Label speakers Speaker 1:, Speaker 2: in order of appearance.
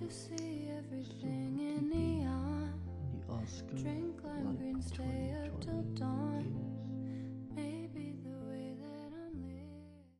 Speaker 1: You see everything in neon.
Speaker 2: The Oscar
Speaker 1: Drink lime
Speaker 2: Light
Speaker 1: green, stay up till
Speaker 2: 2020.
Speaker 1: dawn.